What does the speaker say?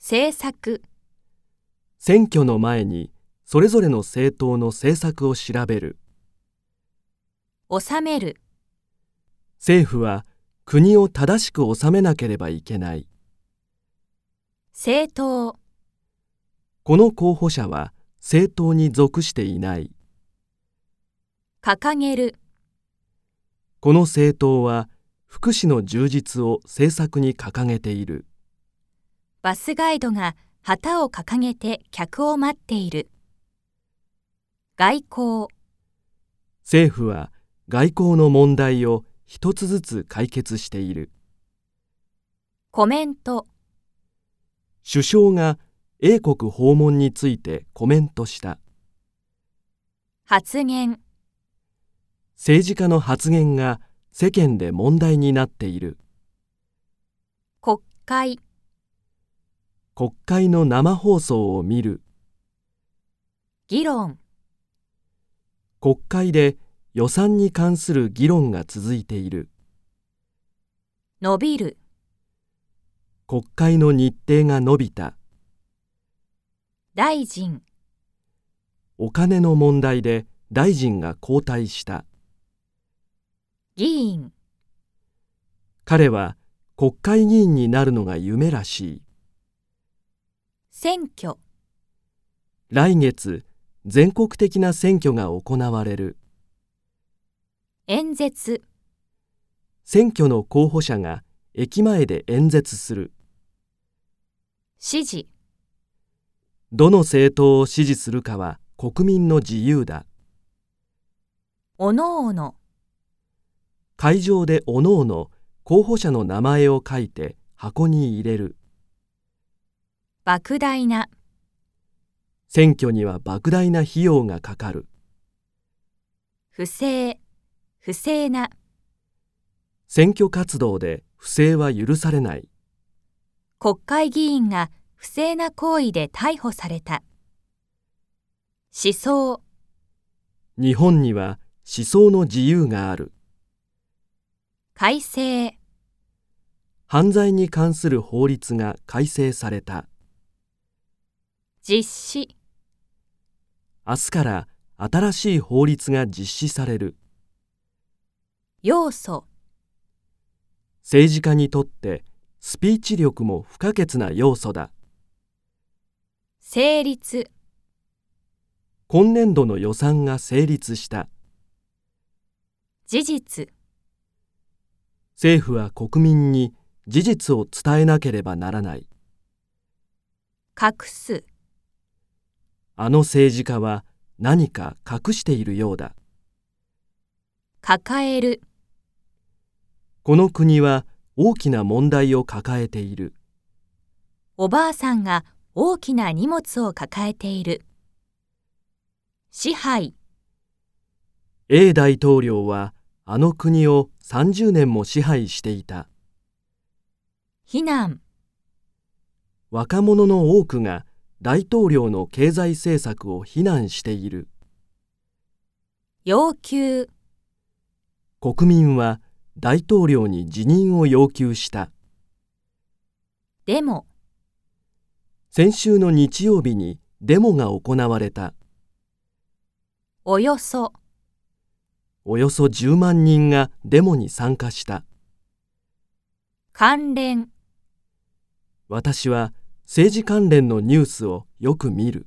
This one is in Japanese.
政策、選挙の前にそれぞれの政党の政策を調べる収める、政府は国を正しく治めなければいけない政党、この候補者は政党に属していない掲げる、この政党は福祉の充実を政策に掲げているバスガイドが旗を掲げて客を待っている。外交、政府は外交の問題を一つずつ解決しているコメント、首相が英国訪問についてコメントした発言、政治家の発言が世間で問題になっている国会、国会の生放送を見る議論、国会で予算に関する議論が続いている伸びる、国会の日程が伸びた大臣、お金の問題で大臣が交代した議員、彼は国会議員になるのが夢らしい選挙、来月全国的な選挙が行われる演説、選挙の候補者が駅前で演説する支持、どの政党を支持するかは国民の自由だおのおの、会場でおのおの候補者の名前を書いて箱に入れる莫大な、選挙には莫大な費用がかかる不正、不正な、選挙活動で不正は許されない国会議員が不正な行為で逮捕された。思想、日本には思想の自由がある改正、犯罪に関する法律が改正された実施、明日から新しい法律が実施される要素、政治家にとってスピーチ力も不可欠な要素だ成立、今年度の予算が成立した事実、政府は国民に事実を伝えなければならない隠す、あの政治家は何か隠しているようだ抱える、この国は大きな問題を抱えているおばあさんが大きな荷物を抱えている。支配、 A 大統領はあの国を30年も支配していた避難、若者の多くが大統領の経済政策を非難している要求、国民は大統領に辞任を要求したデモ、先週の日曜日にデモが行われたおよそ、およそ10万人がデモに参加した関連。私は政治関連のニュースをよく見る